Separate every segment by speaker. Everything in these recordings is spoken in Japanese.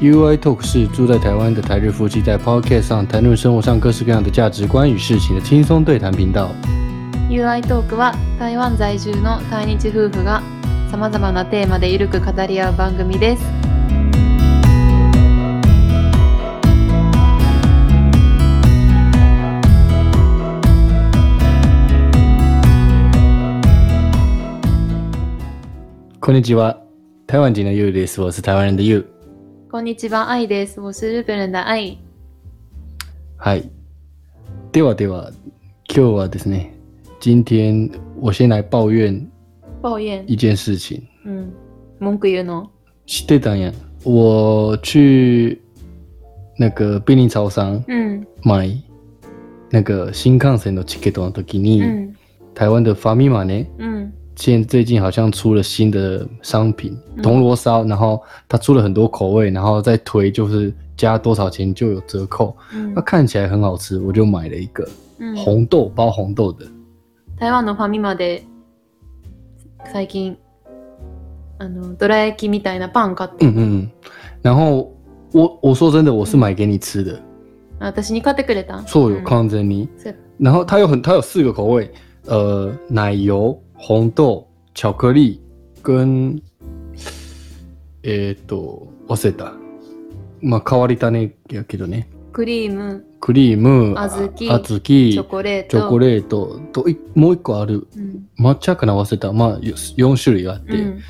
Speaker 1: UI Talk 是住在台湾的台日夫妻在 Podcast 上谈论生活上各式各样的价值观与事情的轻松对谈频道。
Speaker 2: UI トークは台湾在住の対日夫婦がさまざまなテーマでゆるく語り合う番組です。
Speaker 1: こんにちは，台湾籍的 You です，我是台湾人的 You。
Speaker 2: こんにちは、愛です。我是日本人的愛。
Speaker 1: 嗨，ではでは、今日はですね，今天我先来抱怨
Speaker 2: 抱怨。
Speaker 1: 一件事情。
Speaker 2: うん。文句言うの
Speaker 1: 知ってたんや，我去那个便利超商
Speaker 2: うん。
Speaker 1: 买那个新幹線のチケットの時に、
Speaker 2: うん。
Speaker 1: 台湾的法密码呢？
Speaker 2: うん。
Speaker 1: 现最近好像出了新的商品
Speaker 2: 嗯
Speaker 1: 铜锣烧，然后它出了很多口味，然后再推就是加多少钱就有折扣。
Speaker 2: うん
Speaker 1: 它看起来很好吃，我就买了一个
Speaker 2: うん
Speaker 1: 红豆包红豆的。
Speaker 2: 台湾のファミマで最近あのどら焼きみたいなパン買って、
Speaker 1: 嗯嗯，嗯然后我我说真的，我是买给你吃的，
Speaker 2: あ私に買ってくれた
Speaker 1: 错有
Speaker 2: ん
Speaker 1: 康珍妮。
Speaker 2: そう
Speaker 1: 然后它有很它有四个口味，呃，奶油、红豆、巧克力跟，えーっと忘れた。まあ変わり種やけどね。
Speaker 2: クリーム
Speaker 1: クリーム、あ
Speaker 2: 小豆
Speaker 1: あずき、
Speaker 2: チ
Speaker 1: チ
Speaker 2: ョコレート
Speaker 1: ョコレートと、いもう一個ある、
Speaker 2: うん
Speaker 1: 抹茶かな合わせた、まあ、よ4種類があって、
Speaker 2: うん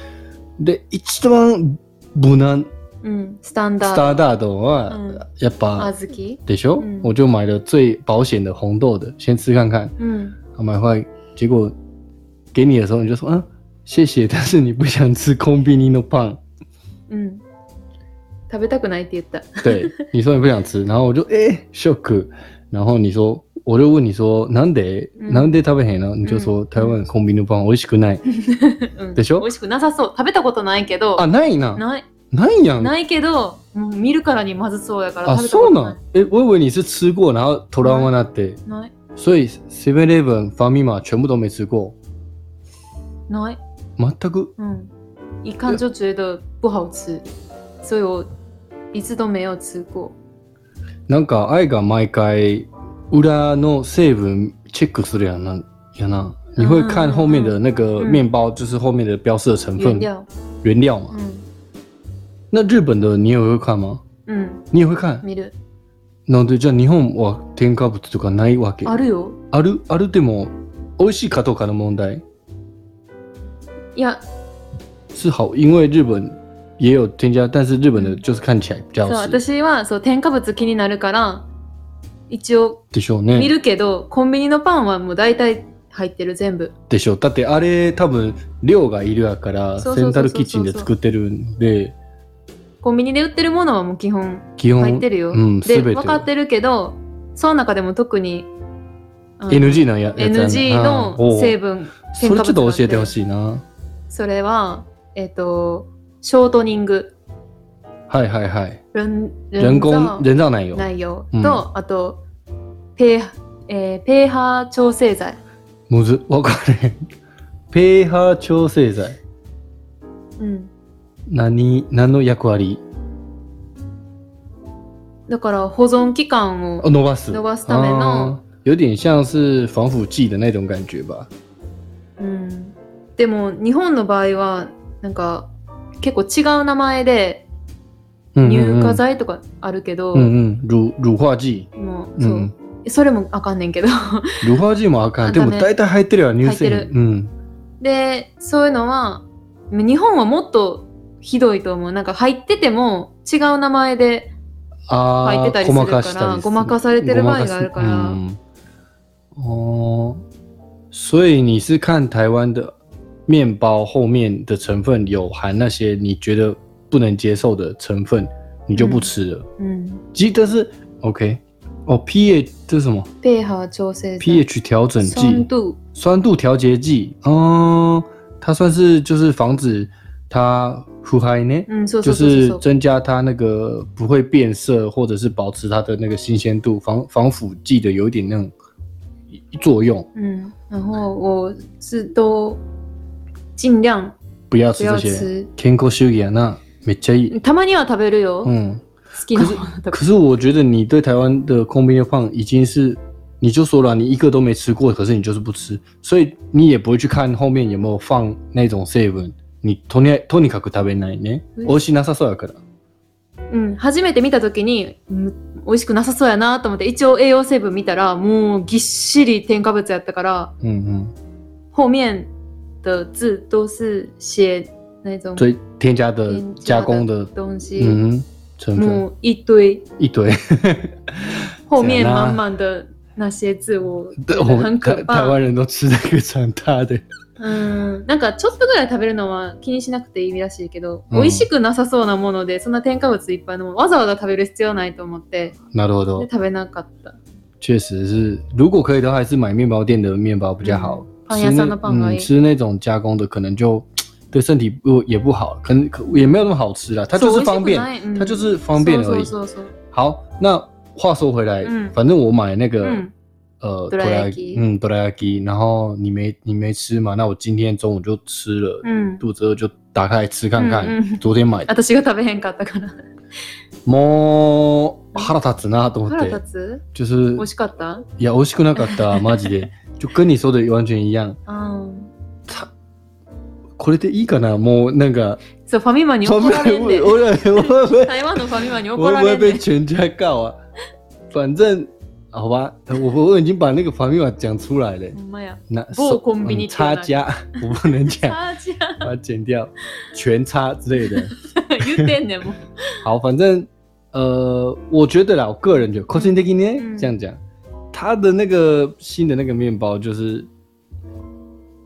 Speaker 1: で、一番無難、
Speaker 2: うん、スタンダ
Speaker 1: ス
Speaker 2: ード
Speaker 1: タンダードは、
Speaker 2: うん
Speaker 1: やっぱ、
Speaker 2: 小豆
Speaker 1: でしょ、
Speaker 2: うん
Speaker 1: 我就买了最保险的红豆的，先吃看看。
Speaker 2: うん
Speaker 1: 啊买回来，结果给你的时候，你就说，嗯，谢谢，但是你不想吃空冰尼的棒，
Speaker 2: うん食べたくないって言った
Speaker 1: 对，你说你不想吃，然后我就哎、shock，然后你说，我就问你说，なんで、
Speaker 2: 嗯
Speaker 1: なんで食べへんの？你就说、
Speaker 2: 嗯
Speaker 1: 台湾コンビニのパン美味しくない。
Speaker 2: うん
Speaker 1: でしょ
Speaker 2: 美味しくなさそう食べたことないけど
Speaker 1: あ、ないな。
Speaker 2: ない
Speaker 1: ないやん。
Speaker 2: ないけどもう見るからにまずそうやから
Speaker 1: あ、
Speaker 2: 食べた
Speaker 1: そ
Speaker 2: こ
Speaker 1: う
Speaker 2: と
Speaker 1: な
Speaker 2: な
Speaker 1: ん。
Speaker 2: い
Speaker 1: え、我以为你是吃过，然后トラウマになって，
Speaker 2: ない
Speaker 1: 所以 Seven Eleven、ファミマ全部都没吃过，
Speaker 2: ない
Speaker 1: 全く。
Speaker 2: 嗯，一看就觉得不好吃，所以我一次都没有吃过。
Speaker 1: なんか愛が毎回裏の成分チェックするやんな。やな你会看后面的那个
Speaker 2: 嗯
Speaker 1: 面包，就是后面的标示的成
Speaker 2: 原
Speaker 1: 分
Speaker 2: 料，
Speaker 1: 原料嘛。
Speaker 2: 嗯
Speaker 1: 那日本的你也会看吗？
Speaker 2: 嗯，
Speaker 1: 你也会看？
Speaker 2: 見る。
Speaker 1: なんでじゃあ日本は添加物とかないわけ？
Speaker 2: あるよ。
Speaker 1: あるあるでも美味しいかどうかの問題
Speaker 2: いや、
Speaker 1: 是好，因为日本也有添加，但是日本的就是看起来比
Speaker 2: そ
Speaker 1: 较
Speaker 2: う
Speaker 1: 好吃。
Speaker 2: 私はそう添加物気になるから、一応
Speaker 1: でしょう
Speaker 2: 見
Speaker 1: ね。
Speaker 2: るけど、コンビニのパンはもう大体入ってる全部。
Speaker 1: でしょう。だってあれ多分量がいるやから
Speaker 2: そう
Speaker 1: セ
Speaker 2: そうそうそうそう
Speaker 1: ンタルキッチンで作ってるんで
Speaker 2: コンビニで売ってるものはもう基本
Speaker 1: 基本
Speaker 2: 入ってるよ。
Speaker 1: うん
Speaker 2: で、
Speaker 1: 全て
Speaker 2: 分かってるけど、その中でも特にあの
Speaker 1: NG なんややつやな
Speaker 2: NG
Speaker 1: あーお
Speaker 2: の
Speaker 1: う
Speaker 2: 成分、
Speaker 1: それ
Speaker 2: 添加物
Speaker 1: ちょっと教えてほしいな
Speaker 2: それは、えっ、と、ショートニング。
Speaker 1: はいはいはい
Speaker 2: 人
Speaker 1: 人工
Speaker 2: 造
Speaker 1: 人造奶油
Speaker 2: 内容
Speaker 1: うん
Speaker 2: と、あとペー、えー、ペーハー調整剤
Speaker 1: むずわかれへん pH 調整剤
Speaker 2: うん
Speaker 1: 何何の役割
Speaker 2: だから保存期間
Speaker 1: あ
Speaker 2: を
Speaker 1: 伸ばす
Speaker 2: 伸ばすための
Speaker 1: あー哦有点像是防腐剂的那种感觉吧
Speaker 2: うんでも日本の場合はなんか結構違う名前で
Speaker 1: うんうん
Speaker 2: 乳
Speaker 1: う
Speaker 2: 化
Speaker 1: ん
Speaker 2: 剤とかあるけど、
Speaker 1: うんうん嗯乳乳化剂
Speaker 2: もう
Speaker 1: う
Speaker 2: そう、
Speaker 1: ん
Speaker 2: それもあかんねんけど
Speaker 1: 乳化剂もあかん
Speaker 2: あ
Speaker 1: でも
Speaker 2: ダメ
Speaker 1: 大体入ってるよ乳製
Speaker 2: 入っ
Speaker 1: 品
Speaker 2: てる
Speaker 1: うん
Speaker 2: でそういうのは日本はもっとひどいと思うなんか入ってても違う名前で
Speaker 1: あ
Speaker 2: 入ってた
Speaker 1: あ
Speaker 2: りす
Speaker 1: ご
Speaker 2: るから
Speaker 1: まかしたりす
Speaker 2: ごまかされてる場合があるから
Speaker 1: ごまかすうん哦，所以你是看台湾的面包后面的成分有含那些你觉得不能接受的成分，你就不吃了。
Speaker 2: 嗯うん
Speaker 1: 其实但是 OK，哦，pH 这是什么
Speaker 2: ペーハー調整剤
Speaker 1: ？pH 调整
Speaker 2: 酸
Speaker 1: 剂，
Speaker 2: 度
Speaker 1: 酸度调节剂，哦，它算是就是防止它腐坏呢。
Speaker 2: うん、そうそ
Speaker 1: 就
Speaker 2: うそうそう
Speaker 1: 是
Speaker 2: そう。
Speaker 1: 增加它那个不会变色，或者是保持它的那个新鲜度，防防腐剂的有一点那种作用，
Speaker 2: 嗯，然后我是都尽量
Speaker 1: 不要吃这
Speaker 2: 不要
Speaker 1: 些。
Speaker 2: 吃，
Speaker 1: 天狗修养那啊めっちゃいい。
Speaker 2: たまには食べるよ。
Speaker 1: う
Speaker 2: 好
Speaker 1: ん。
Speaker 2: きなもの とか。
Speaker 1: 可是我觉得你对台湾的空冰的饭已经是，你就说了你一个都没吃过，可是你就是不吃，所以你也不会去看后面有没有放那种 seven。你とにとにかく食べないね。
Speaker 2: うん
Speaker 1: 美味しなさそうやから。
Speaker 2: うん、初めて見た時に、うん、美味しくなさそうやなと思って一応栄養成分見たらもうぎっしり添加物やったから
Speaker 1: 嗯
Speaker 2: 後面的字都是写那种
Speaker 1: 嗯，所以添加的
Speaker 2: 添加
Speaker 1: 加
Speaker 2: 的
Speaker 1: 工的，
Speaker 2: 东西、
Speaker 1: 嗯哼，成分
Speaker 2: もう一堆
Speaker 1: 一 堆。
Speaker 2: 后面满满的那些字を
Speaker 1: 对我们
Speaker 2: 很可
Speaker 1: 台
Speaker 2: 怕
Speaker 1: 台湾人都吃这个长大的。
Speaker 2: うんなんかちょっとぐらい食べるのは気にしなくていいらしいけど、
Speaker 1: うん
Speaker 2: 美味しくなさそうなものでそんな添加物いっぱいのもわざわざ食べる必要ないと思って
Speaker 1: なるほど
Speaker 2: で。食べなかった
Speaker 1: 确实是，如果可以的话，还是买面包店的面包比较好。
Speaker 2: パン
Speaker 1: 吃
Speaker 2: 屋
Speaker 1: 那
Speaker 2: さんのパンが
Speaker 1: 嗯、
Speaker 2: いい、
Speaker 1: 吃那种加工的可能就对身体不也不好，可能可也没有那么好吃啦。它就是方便，
Speaker 2: 便
Speaker 1: 它就是方便而已。
Speaker 2: そうそうそうそう
Speaker 1: 好，那话说回来，
Speaker 2: 啊嗯
Speaker 1: 反正我买那个、
Speaker 2: うん
Speaker 1: 呃，
Speaker 2: どら焼
Speaker 1: ど
Speaker 2: き
Speaker 1: ら嗯，多拉亚基，然后你没你没吃嘛，那我今天中午就吃了，
Speaker 2: うん
Speaker 1: 肚子饿就打开来吃看看。
Speaker 2: うんうん
Speaker 1: 昨天买的，
Speaker 2: 私が食べへんかったから
Speaker 1: もう腹立つなと思っ
Speaker 2: 腹
Speaker 1: て
Speaker 2: 立、つ
Speaker 1: 就是
Speaker 2: 美味しかったあ
Speaker 1: いや美味しくなかった、マジ で。就跟你说的完全一样。
Speaker 2: ー
Speaker 1: これでいいかなもうなんか、
Speaker 2: そうファミマに
Speaker 1: そん
Speaker 2: 怒
Speaker 1: な
Speaker 2: られんで
Speaker 1: 我我我 我
Speaker 2: 台湾のファミマに怒
Speaker 1: 我会
Speaker 2: ら
Speaker 1: 不会
Speaker 2: れんで
Speaker 1: 被全家告啊？反正好吧，我我已经把那个法密码讲出来了。
Speaker 2: ほんまや
Speaker 1: 那
Speaker 2: 某
Speaker 1: 手
Speaker 2: コンビ
Speaker 1: 嗯
Speaker 2: ニ
Speaker 1: 差价， 我不能讲，
Speaker 2: あー違う
Speaker 1: 把它剪掉，全差之类的。
Speaker 2: 言ってんねん もう
Speaker 1: 好，反正呃，我觉得啦，我个人觉得 c o s i n d i
Speaker 2: 嗯
Speaker 1: 呢这样讲，它的那个新的那个面包就是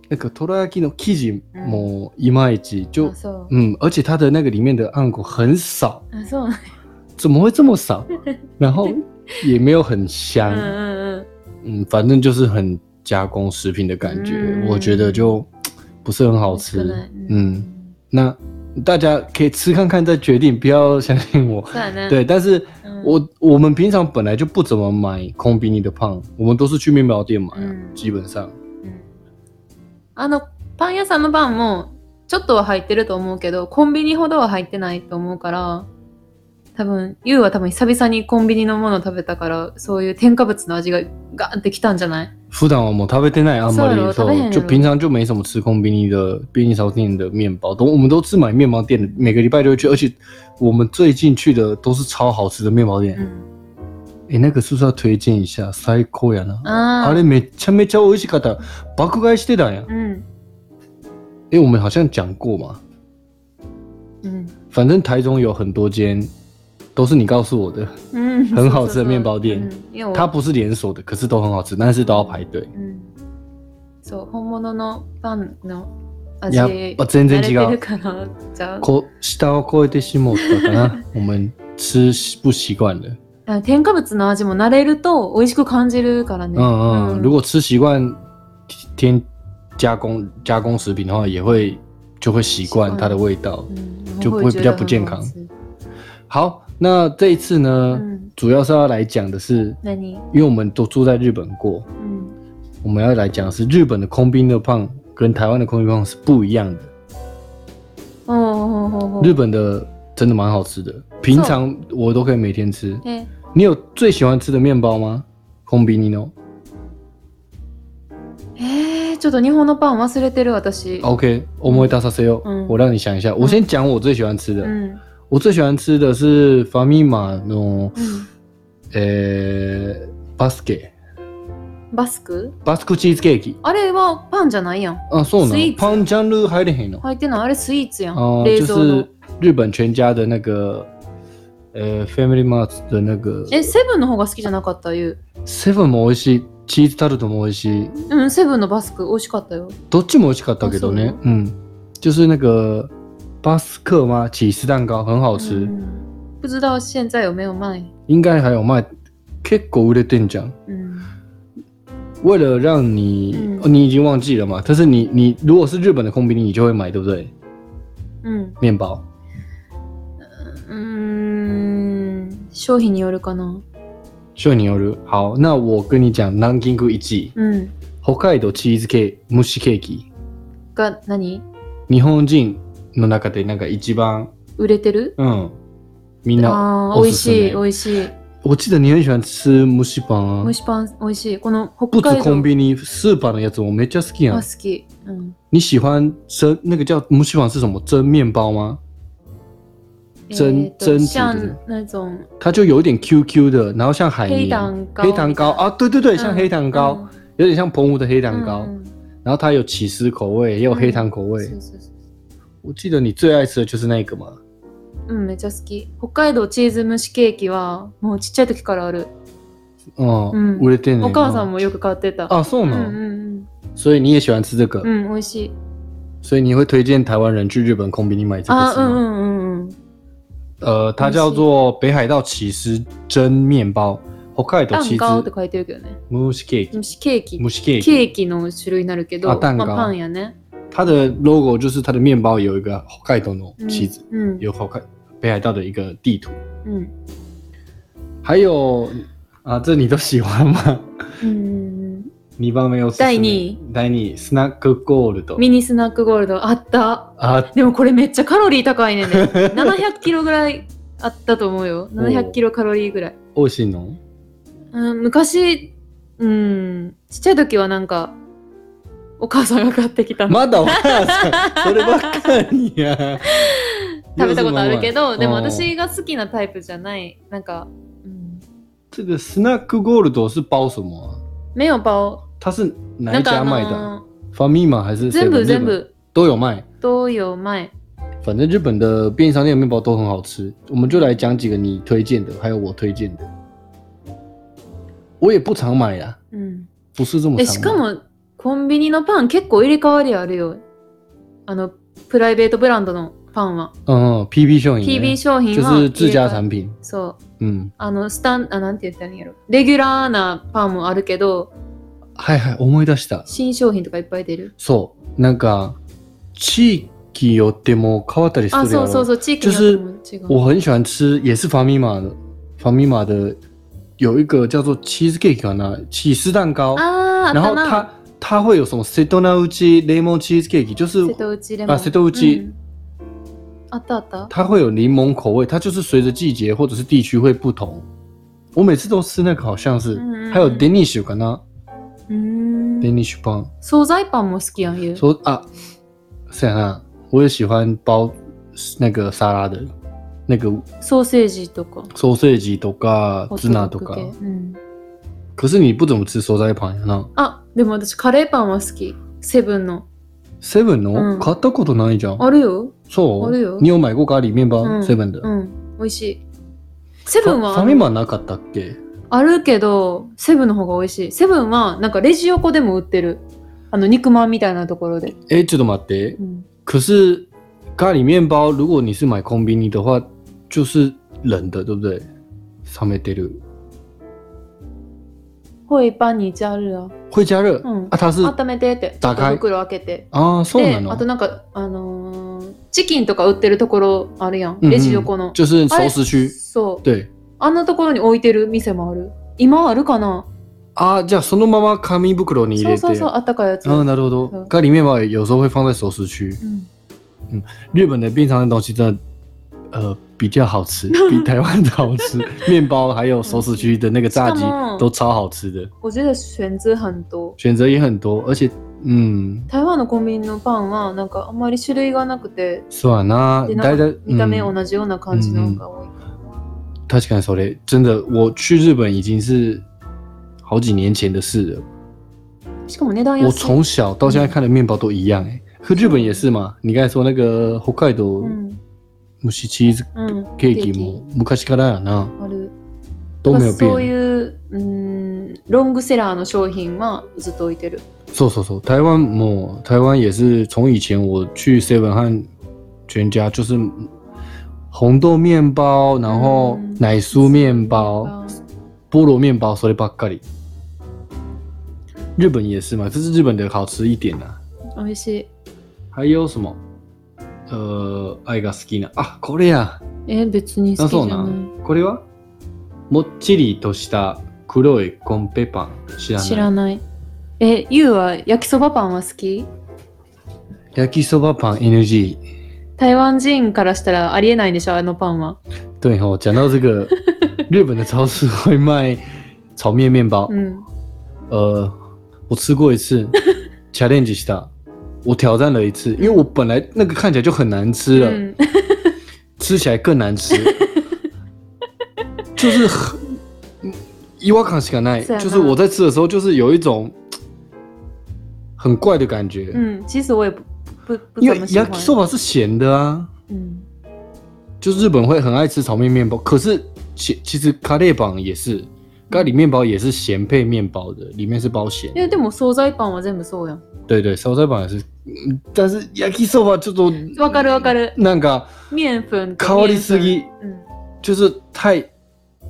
Speaker 1: 那个 toraki 的 k i j
Speaker 2: 嗯
Speaker 1: もいまいち就
Speaker 2: あそう
Speaker 1: 嗯，而且它的那个里面的暗果很少。
Speaker 2: あそう
Speaker 1: 怎么会这么少？然后也没有很香
Speaker 2: うんう，んうん
Speaker 1: 嗯，反正就是很加工食品的感觉，
Speaker 2: 嗯
Speaker 1: 我觉得就不是很好吃
Speaker 2: 少。ない
Speaker 1: 嗯，那大家可以吃看看再决定，不要相信我。
Speaker 2: そうやね
Speaker 1: 对，但是
Speaker 2: うん
Speaker 1: 我我们平常本来就不怎么买空比尼的胖，我们都是去面包店买、啊，
Speaker 2: 嗯
Speaker 1: 基本上。
Speaker 2: うんあのパン屋さんのパンもちょっとは入ってると思うけどコンビニほどは入ってないと思うから多分ユウは多分久々にコンビニのものを食べたからそういう添加物の味がガーンってきたんじゃない
Speaker 1: 普段我们食べてないあんまり
Speaker 2: そうやろ食べへんやろ
Speaker 1: 就平常就没什么吃空便利的便利商店的面包，都我们都是买面包店的，每个礼拜都会去，而且我们最近去的都是超好吃的面包店。
Speaker 2: う
Speaker 1: 哎、
Speaker 2: ん、
Speaker 1: 那个是不是要推荐一下？啊最高やな。
Speaker 2: あ
Speaker 1: あ
Speaker 2: あ
Speaker 1: れめちゃめちゃ美味しかった。啊爆買いしてたんや。
Speaker 2: うん
Speaker 1: 哎、我们好像讲过嘛，
Speaker 2: うん
Speaker 1: 反正台中有很多间，都是你告诉我的，
Speaker 2: うん
Speaker 1: 很好吃的面包店
Speaker 2: そうそうそううんいや
Speaker 1: 它不是连锁的，可是都很好吃，但是都要排队。
Speaker 2: うんそう本物のパンの味
Speaker 1: やっぱ全然
Speaker 2: 慣れ
Speaker 1: 違
Speaker 2: て
Speaker 1: う
Speaker 2: る。からじゃ
Speaker 1: こ下を越えてしまったか な。我们吃不习惯了。
Speaker 2: あ添加物の味も慣れると美味しく感じるからね
Speaker 1: 嗯嗯，
Speaker 2: うん
Speaker 1: 如果吃习惯添加工加工食品的话，也会就会习
Speaker 2: 习
Speaker 1: 惯
Speaker 2: 惯
Speaker 1: 它的味道。
Speaker 2: 嗯
Speaker 1: 就不会比较不健康。
Speaker 2: 然后
Speaker 1: 好，
Speaker 2: 我也觉得很好吃
Speaker 1: 那这一次呢，
Speaker 2: 嗯，
Speaker 1: 主要是要来讲的是，
Speaker 2: 那你
Speaker 1: 因为我们都住在日本过，
Speaker 2: 嗯
Speaker 1: 我们要来讲的是日本的空冰的胖跟台湾的空冰胖是不一样的。
Speaker 2: 哦哦哦哦，
Speaker 1: 日本的真的蛮好吃的，平常我都可以每天吃。
Speaker 2: え
Speaker 1: 你有最喜欢吃的面包吗？空冰你呢
Speaker 2: えー、ちょっと日本のパン忘れてる私。
Speaker 1: ？OK，我们会大沙 C O，
Speaker 2: 嗯
Speaker 1: 我让你想一下。我先讲我最喜欢吃的，
Speaker 2: 嗯
Speaker 1: 我最喜欢吃的是法米玛那种
Speaker 2: 嗯，
Speaker 1: 呃バスケ
Speaker 2: バスク？
Speaker 1: バスクチーズケーキ。
Speaker 2: あれはパンじゃないやん。
Speaker 1: あ、そうな
Speaker 2: スイー
Speaker 1: の。
Speaker 2: ツ
Speaker 1: パンジャンル入れへんの。
Speaker 2: 入ってないあれスイーツやん。
Speaker 1: 哦、
Speaker 2: 冷
Speaker 1: 就
Speaker 2: 蔵の
Speaker 1: 是。日本全家的那个呃 Family Mart 的那个
Speaker 2: えセブンの方が好きじゃなかったゆ
Speaker 1: Seven も美味しい、チーズタルトも美味しい。
Speaker 2: う。うんセブンのバスク美味しかったよ。
Speaker 1: どっちも美味しかったけど
Speaker 2: あ
Speaker 1: ね
Speaker 2: そう。
Speaker 1: 嗯，就是那个巴斯克吗？起司蛋糕很好吃，
Speaker 2: うん不知道现在有没有卖？
Speaker 1: 应该还有卖。結構売れてんじゃん。
Speaker 2: 嗯
Speaker 1: 为了让你，
Speaker 2: 嗯
Speaker 1: 哦你已经忘记了嘛？但是你你如果是日本的空冰，你就会买，对不对？
Speaker 2: うん
Speaker 1: 面包
Speaker 2: うーん商品によるかな。
Speaker 1: 秀你有る。好，那我跟你讲，南京区一季
Speaker 2: うん
Speaker 1: 北海道チーズケーキ、蒸しケーキ。
Speaker 2: が何？
Speaker 1: 日本人の中でなんか一番
Speaker 2: 売れてる
Speaker 1: 嗯，みんな。
Speaker 2: ああー、
Speaker 1: お
Speaker 2: 美
Speaker 1: すす
Speaker 2: 味
Speaker 1: め
Speaker 2: しい、美味しい。
Speaker 1: 我记得你很喜欢吃蒸しパン
Speaker 2: 蒸
Speaker 1: 啊。
Speaker 2: しパン美味しい。この
Speaker 1: 不
Speaker 2: 北
Speaker 1: 止
Speaker 2: 海
Speaker 1: コン
Speaker 2: 道
Speaker 1: ビニ、スーパーのやつ我めっちゃ好きや
Speaker 2: は
Speaker 1: ん。
Speaker 2: 好き。うん。
Speaker 1: 你喜欢蒸那个叫蒸しパン是什么？蒸面包吗？蒸
Speaker 2: えーと
Speaker 1: 蒸煮的
Speaker 2: 像那种
Speaker 1: 它就有一点 QQ 的，然后像海
Speaker 2: 黑
Speaker 1: 绵、
Speaker 2: 糖糕
Speaker 1: 黑糖糕啊，对对对，像黑糖糕，有点像澎湖的黑糖糕。
Speaker 2: 嗯
Speaker 1: 然后它有起司口味，也有黑糖口味。
Speaker 2: そうそうそう
Speaker 1: 我记得你最爱吃的就是那个嘛。
Speaker 2: うん、めっちゃ好き。北海道チーズ蒸しケーキはもうちっちゃい時からある。
Speaker 1: 嗯，
Speaker 2: 嗯
Speaker 1: 我的店
Speaker 2: お母さんもよく買ってた。
Speaker 1: 啊，送
Speaker 2: うん
Speaker 1: 了、
Speaker 2: うん
Speaker 1: 所以你也喜欢吃这个，
Speaker 2: うん。うん、美味しい。
Speaker 1: 所以你会推荐台湾人去日本空比你买这个
Speaker 2: あ、
Speaker 1: 是
Speaker 2: うん
Speaker 1: 吗？
Speaker 2: うんうんうん。
Speaker 1: 呃，它叫做北海道起司蒸面包，北海道
Speaker 2: パン
Speaker 1: 起司
Speaker 2: カオって書いてるけどね。
Speaker 1: 蒸しケーキ，
Speaker 2: 蒸しケーキ
Speaker 1: 蒸。しケー
Speaker 2: ケ
Speaker 1: キ。
Speaker 2: ーキの種類になるけど、
Speaker 1: あ蛋糕
Speaker 2: まあ、パンやね。
Speaker 1: 它的 logo 就是它的面包有一个北海道
Speaker 2: 嗯
Speaker 1: 的起子，
Speaker 2: うん。
Speaker 1: 有北海北海道的一个地图，
Speaker 2: うん。
Speaker 1: 还有啊，这你都喜欢吗？
Speaker 2: うん、
Speaker 1: 你帮没有
Speaker 2: 第二
Speaker 1: 第二スナックゴールド
Speaker 2: ミニスナックゴールドあった。
Speaker 1: あ
Speaker 2: でもこれめっちゃカロリー高いねんね。700キロ ぐらいあったと思うよ。700キロカロリーぐらい。
Speaker 1: 美味しいの？
Speaker 2: うん、昔、うん、ちっちゃい時はなんか、お母さんが買ってきたの。
Speaker 1: まだお母 さんそればっかりや。
Speaker 2: 食べたことあるけど、でも
Speaker 1: 嗯。
Speaker 2: 私が好きなタイプじゃない。なんか、うん、
Speaker 1: 这个 snack gold 是包什么、啊？
Speaker 2: 目をパオ。
Speaker 1: 它是哪
Speaker 2: な
Speaker 1: 一
Speaker 2: んか
Speaker 1: 家
Speaker 2: あ
Speaker 1: 卖的啊、
Speaker 2: の
Speaker 1: ？Famima 还是
Speaker 2: ー
Speaker 1: 7-Eleven？
Speaker 2: 全部全部、
Speaker 1: 都有卖。
Speaker 2: 東洋前。
Speaker 1: 反正日本的便利商店的面包都很好吃，我们就来讲几个你推荐的，还有我推荐的。我也不常买啦，
Speaker 2: うん。
Speaker 1: 不是这么
Speaker 2: え、
Speaker 1: 常
Speaker 2: し
Speaker 1: 买
Speaker 2: かも、コンビニのパン結構入れ替わりあるよ。あの、プライベートブランドのパンは。
Speaker 1: 嗯嗯，PB 秀影
Speaker 2: PB
Speaker 1: 呢
Speaker 2: 商品
Speaker 1: 就
Speaker 2: は入
Speaker 1: 是
Speaker 2: れ替わり。
Speaker 1: 自家产品，
Speaker 2: そう。
Speaker 1: 嗯，
Speaker 2: あの、スタン、あ、なんて言ったらいいんやろ。レギュラーなパンもあるけど、
Speaker 1: はいはい思い出した。
Speaker 2: 新商品とかいっぱい出る。
Speaker 1: そう、なんか地域よっても変わったりす
Speaker 2: あ、
Speaker 1: るや
Speaker 2: そうそう
Speaker 1: ろ。
Speaker 2: そう、地域によっても違う。
Speaker 1: 我很喜欢吃，也是 Famima 的，Famima 的有一个叫做 cheesecake かな起司蛋糕。
Speaker 2: あー、
Speaker 1: 然
Speaker 2: あ
Speaker 1: 后
Speaker 2: ったな。
Speaker 1: 它它会有什么 Sedona Uchi Lemon Cheesecake，就是
Speaker 2: 瀬戸内レモン。
Speaker 1: あ瀬戸内
Speaker 2: うんあったあった。
Speaker 1: 它会有柠檬口味，它就是随着季节或者是地区会不同。我每次都吃那个，好像是、
Speaker 2: 嗯嗯
Speaker 1: 还有
Speaker 2: 嗯
Speaker 1: Danish かな、
Speaker 2: うーん。
Speaker 1: Danish パン。
Speaker 2: 惣菜パンも好きやん、ゆう。
Speaker 1: 说啊，塞亚娜，我也喜欢包那个沙拉的，那个
Speaker 2: ソーセージとか。
Speaker 1: ソーセージとかツナと
Speaker 2: ホット
Speaker 1: か
Speaker 2: ドッ。グ系うん
Speaker 1: 可是你不怎么吃蔬菜パンやな。
Speaker 2: あ、でも私カレーパンは好き。セブンの。
Speaker 1: セブンの、
Speaker 2: うん
Speaker 1: 買ったことないじゃん。
Speaker 2: あるよ。
Speaker 1: そう。
Speaker 2: あるよ
Speaker 1: 你有买过咖喱面包、
Speaker 2: うん
Speaker 1: セブンで。
Speaker 2: うん。美味しい。セブン
Speaker 1: ファ
Speaker 2: は
Speaker 1: ミマなかったっけ？
Speaker 2: あるけど、セブンの方が美味しい。セブンはなんかレジ横でも売ってる。あの肉まんみたいなところで。
Speaker 1: え、ちょっと待って。
Speaker 2: うん
Speaker 1: 可是咖喱面包，如果你是买空冰尼的话，就是冷的，对不对？上面得る
Speaker 2: ホイパンにジャルア。
Speaker 1: 会加热、
Speaker 2: うん
Speaker 1: 啊，它是
Speaker 2: 温めてって。
Speaker 1: 高い
Speaker 2: ちょっと袋開けて。
Speaker 1: 啊，そう
Speaker 2: で
Speaker 1: な、
Speaker 2: あと
Speaker 1: の？
Speaker 2: なんか、あのーチキンとか売ってるところあるやん。
Speaker 1: うんうん
Speaker 2: レジ横の。
Speaker 1: 就是熟食区。
Speaker 2: そう。
Speaker 1: 对
Speaker 2: あんなところに置いてる店もある。今あるかな
Speaker 1: 啊，じゃあそのまま紙袋に入
Speaker 2: そ
Speaker 1: れ
Speaker 2: う
Speaker 1: て。
Speaker 2: そうそう、あったかいやつ。
Speaker 1: 啊，なるほど。
Speaker 2: 嗯
Speaker 1: 咖喱面包有时候会放在熟食区。
Speaker 2: うん
Speaker 1: 日本的冰常的东西真的，呃，比较好 吃，比台湾的好吃。面包还有熟食区的那个炸鸡
Speaker 2: しかも
Speaker 1: 都超好吃的，
Speaker 2: 我觉得选择很多。
Speaker 1: 选择也很多，而且，嗯，
Speaker 2: 台湾のコンビニのパンはなんかあんまり種類がなくて、
Speaker 1: そうやな。
Speaker 2: でな
Speaker 1: 大
Speaker 2: んか
Speaker 1: 体
Speaker 2: 見た目
Speaker 1: うん
Speaker 2: 同じような感じのが多い。
Speaker 1: 嗯確かにそれ真的，我去日本已经是好几年前的事了。
Speaker 2: しかも値段安い。
Speaker 1: 我从小到
Speaker 2: 嗯
Speaker 1: 现在看的面包都一样、欸，哎、可日本也是嘛。你刚才说那个北海道
Speaker 2: うん、
Speaker 1: 蒸しチーズ
Speaker 2: うん、
Speaker 1: ケーキも昔からやな、
Speaker 2: ある。
Speaker 1: 都没有
Speaker 2: そうい
Speaker 1: 变。
Speaker 2: う、うん、ロングセラーの商品はずっと置いてる。
Speaker 1: そうそうそう，台湾も台湾也是从以前我去 Seven 和全家就是红豆面包，然后
Speaker 2: 嗯
Speaker 1: 奶酥面包。菠萝面包そればっかり。日本也是嘛，这是日本的好吃一点啊。
Speaker 2: 美味しい。
Speaker 1: 还有什么？呃、愛が好きな。あ、これや。
Speaker 2: えー、別に好
Speaker 1: あ、
Speaker 2: きじ
Speaker 1: そ
Speaker 2: ゃ
Speaker 1: う
Speaker 2: な。
Speaker 1: ないん。これはもっちりとした黒いコンペパン。知らない。
Speaker 2: 知らない。え、ゆうは焼きそばパンは好き
Speaker 1: 焼きそばパン NG。
Speaker 2: 台湾人からしたらありえないんでしょ、あのパンは。
Speaker 1: 对哦，讲到这 个，日本的超市会卖炒面面包
Speaker 2: う。ん。
Speaker 1: 呃，我吃过一 次，challenge した，我挑战了一次，因为我本来那个看起来就很难吃了，
Speaker 2: うん
Speaker 1: 吃起来更难 吃，就是很。伊瓦卡西卡奈
Speaker 2: 是啊
Speaker 1: 就是我在吃的时候，就是有一种很怪的感觉，
Speaker 2: うん。チーズ我也不不嗯不
Speaker 1: 因
Speaker 2: 怎
Speaker 1: 为
Speaker 2: 么喜
Speaker 1: 牙
Speaker 2: 欢。
Speaker 1: 寿司是咸的啊，
Speaker 2: うん。
Speaker 1: 就是日本会很爱吃炒面面包，可是其其实咖喱棒也是咖喱面包也是咸配面包的，里面是包咸的。
Speaker 2: え、でも惣菜パンは全部そうやん。
Speaker 1: 对对，烧菜棒也是，嗯但是 yakisoba 这种
Speaker 2: わかるわかる。
Speaker 1: 那个
Speaker 2: 面粉と
Speaker 1: 香りすぎ
Speaker 2: 面粉うん。
Speaker 1: 就是太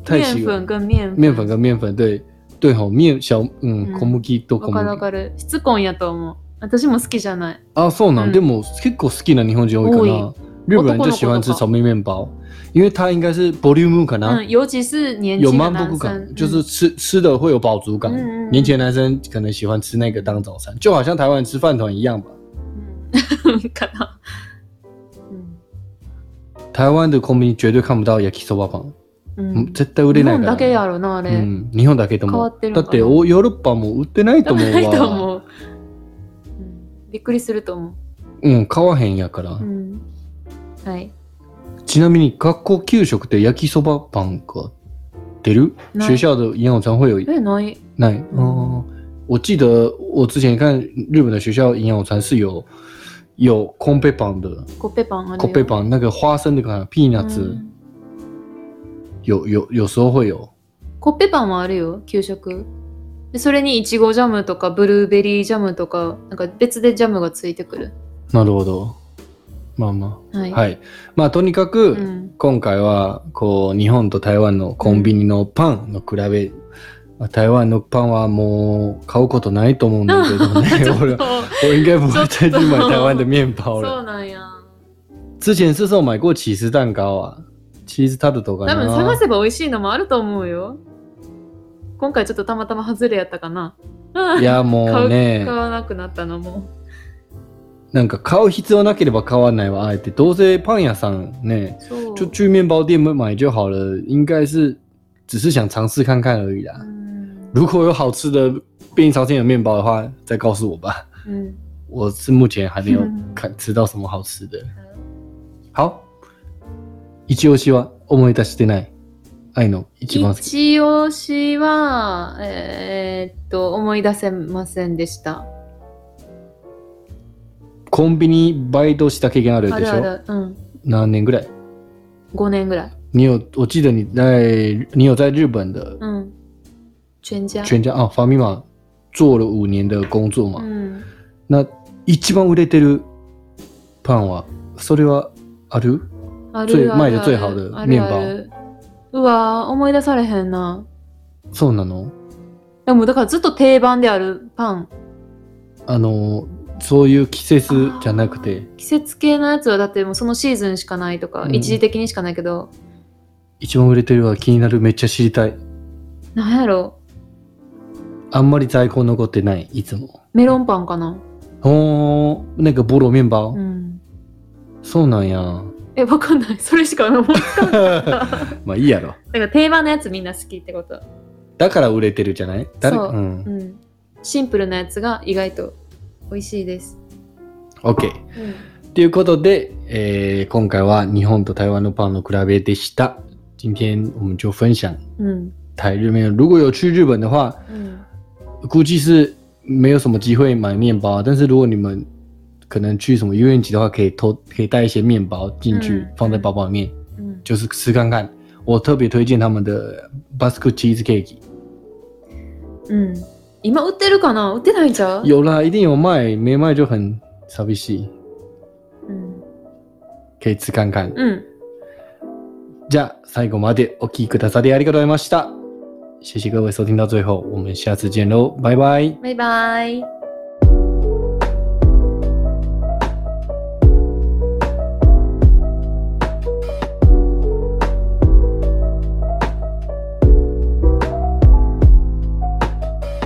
Speaker 1: 太
Speaker 2: 面
Speaker 1: 稀有
Speaker 2: 粉跟面粉。
Speaker 1: 面粉跟面粉对对吼面小嗯
Speaker 2: 嗯
Speaker 1: 小麦と小
Speaker 2: わかるわ
Speaker 1: 麦
Speaker 2: かる。質根やと思う。私も好きじゃない。
Speaker 1: 啊，そうなん
Speaker 2: 嗯
Speaker 1: でも結構好きな日本人多いかな
Speaker 2: 多。
Speaker 1: 日本人就喜欢吃炒面面包，因为它应该是 volume 可能
Speaker 2: うん。尤其是嗯年
Speaker 1: 有
Speaker 2: 轻的
Speaker 1: 满
Speaker 2: 男
Speaker 1: 足
Speaker 2: 生。嗯
Speaker 1: 感，就是吃吃的会有饱足感。
Speaker 2: 嗯嗯嗯
Speaker 1: 年前男生可能喜欢吃那个当早餐，就好像台湾人吃饭团一样吧。
Speaker 2: うんかな。うん
Speaker 1: 台湾的空瓶绝对看不到 yakisoba 棒，
Speaker 2: う
Speaker 1: 嗯，
Speaker 2: ん
Speaker 1: 絶対売れ
Speaker 2: 日
Speaker 1: ないか
Speaker 2: 本だ
Speaker 1: ら。
Speaker 2: けやろな、あ
Speaker 1: う
Speaker 2: れ。
Speaker 1: ん、日本だけと
Speaker 2: 変
Speaker 1: も
Speaker 2: わってる
Speaker 1: だ
Speaker 2: のか
Speaker 1: っ
Speaker 2: な
Speaker 1: ておヨーロッパも売ってないと
Speaker 2: 多
Speaker 1: 思
Speaker 2: 分
Speaker 1: う
Speaker 2: ないと
Speaker 1: わ。
Speaker 2: 思う。うんびっくりすると思
Speaker 1: うん、買わへんやから。
Speaker 2: う。うんはい。
Speaker 1: ちなみに学校給食で焼きそばパンが出る？
Speaker 2: ない
Speaker 1: 学校的营养午餐会有
Speaker 2: え、ない。
Speaker 1: ない？哦，我记得我之前看日本的学校营养午餐是有有空杯棒的，
Speaker 2: コッペパンあるよ。
Speaker 1: 空杯棒那个花生的感觉，peanuts、
Speaker 2: うん
Speaker 1: 有有有时候会有。
Speaker 2: コッペパンはあるよ、給食。でそれにいちごジャムとかブルーベリージャムとか、なんか別でジャムがついてくる。
Speaker 1: なるほど。まあま
Speaker 2: はい。
Speaker 1: あ。はい。まあとにかく。
Speaker 2: うん
Speaker 1: 今回はこう日本と台湾のコンビニのパンの比べ、まあ台湾のパンはもう買うことないと思うんだけど
Speaker 2: ち
Speaker 1: ね
Speaker 2: ょっ
Speaker 1: 俺
Speaker 2: と
Speaker 1: 我应该不会再去
Speaker 2: ち
Speaker 1: 买
Speaker 2: ょっと
Speaker 1: 台湾的面包
Speaker 2: そ
Speaker 1: 了
Speaker 2: う。なんや。
Speaker 1: 之前是有买过起司蛋糕啊，起司タルトか
Speaker 2: 多分探
Speaker 1: な。
Speaker 2: せば美味しいのもあると思うよ。今回ちょっとたまたま外れやったかな。
Speaker 1: いやもう
Speaker 2: 買
Speaker 1: ね、
Speaker 2: わなくなったのも。
Speaker 1: なんか買う必要なければ買わないわあえて。どうせパン屋さんね，
Speaker 2: そう。
Speaker 1: 就去面包店买就好了。应该是只是想尝试看看而已
Speaker 2: う
Speaker 1: 啦。
Speaker 2: ん
Speaker 1: 如果有好吃的便利商店有面包的话，再告诉我吧。
Speaker 2: うん
Speaker 1: 我是目前还没有
Speaker 2: 嗯
Speaker 1: 看吃到什么好吃的。好，一押しは思い出してない。愛の一番好き。
Speaker 2: 一押しは、えーっと、思い出せませんでした。
Speaker 1: コンビニバイトした経験ある
Speaker 2: あ
Speaker 1: で
Speaker 2: る
Speaker 1: し
Speaker 2: あ
Speaker 1: ょ
Speaker 2: る、うん。
Speaker 1: 何年ぐらい
Speaker 2: 5年ぐらい。
Speaker 1: 你有我记得你在你有在日本的
Speaker 2: うん。全家。
Speaker 1: 全家啊 f a m i m 做了五年的工作嘛
Speaker 2: う。ん。
Speaker 1: 那一番売れてるパンはそれはある
Speaker 2: あるあ
Speaker 1: 最
Speaker 2: るある
Speaker 1: 前で最好的
Speaker 2: ある
Speaker 1: 面包
Speaker 2: あるうわー思い出されへんな。
Speaker 1: そうなの
Speaker 2: でもだからずっと定番であるパン。
Speaker 1: あの、そういう季節じゃなくて、
Speaker 2: 季節系のやつはだってもうそのシーズンしかないとか、
Speaker 1: うん
Speaker 2: 一時的にしかないけど、
Speaker 1: 一番売れてるは気になるめっちゃ知りたい。
Speaker 2: なんやろ、
Speaker 1: あんまり在庫残ってない、いつも。
Speaker 2: メロンパンかな。
Speaker 1: おー、なんかボロ面包、
Speaker 2: うん。
Speaker 1: そうなん や。
Speaker 2: え、わかんない。それしか思いつかない。
Speaker 1: まあいいやろ。
Speaker 2: だから定番のやつみん な好きってこと。
Speaker 1: だから売れてるじゃない誰。
Speaker 2: そうんうん。シンプルなやつが意外と美味しいです。
Speaker 1: OK。
Speaker 2: うん。
Speaker 1: ということで、えー今回は日本と台湾のパンの比べでした。今天我们就分享
Speaker 2: うん。
Speaker 1: 台日面。如果有去日本的话，
Speaker 2: うん。
Speaker 1: 估计是没有什么机会买面包啊，但是如果你们可能去什么游园集的话，可以偷可以带一些面包进去、
Speaker 2: 嗯
Speaker 1: 放在包包里面。
Speaker 2: うん、
Speaker 1: 就是吃看看。我特别推荐他们的 Basque Cheese Cake，
Speaker 2: うん、今売ってるかな売ってないんちゃう、
Speaker 1: 有啦，一定有卖，没卖就很傻逼戏，
Speaker 2: うん、
Speaker 1: 可以吃看看。
Speaker 2: うん。
Speaker 1: じゃあ最後までお聞きくださりありがとうございました。谢谢各位收听到最后，我们下次见喽，拜拜。
Speaker 2: バイバイ。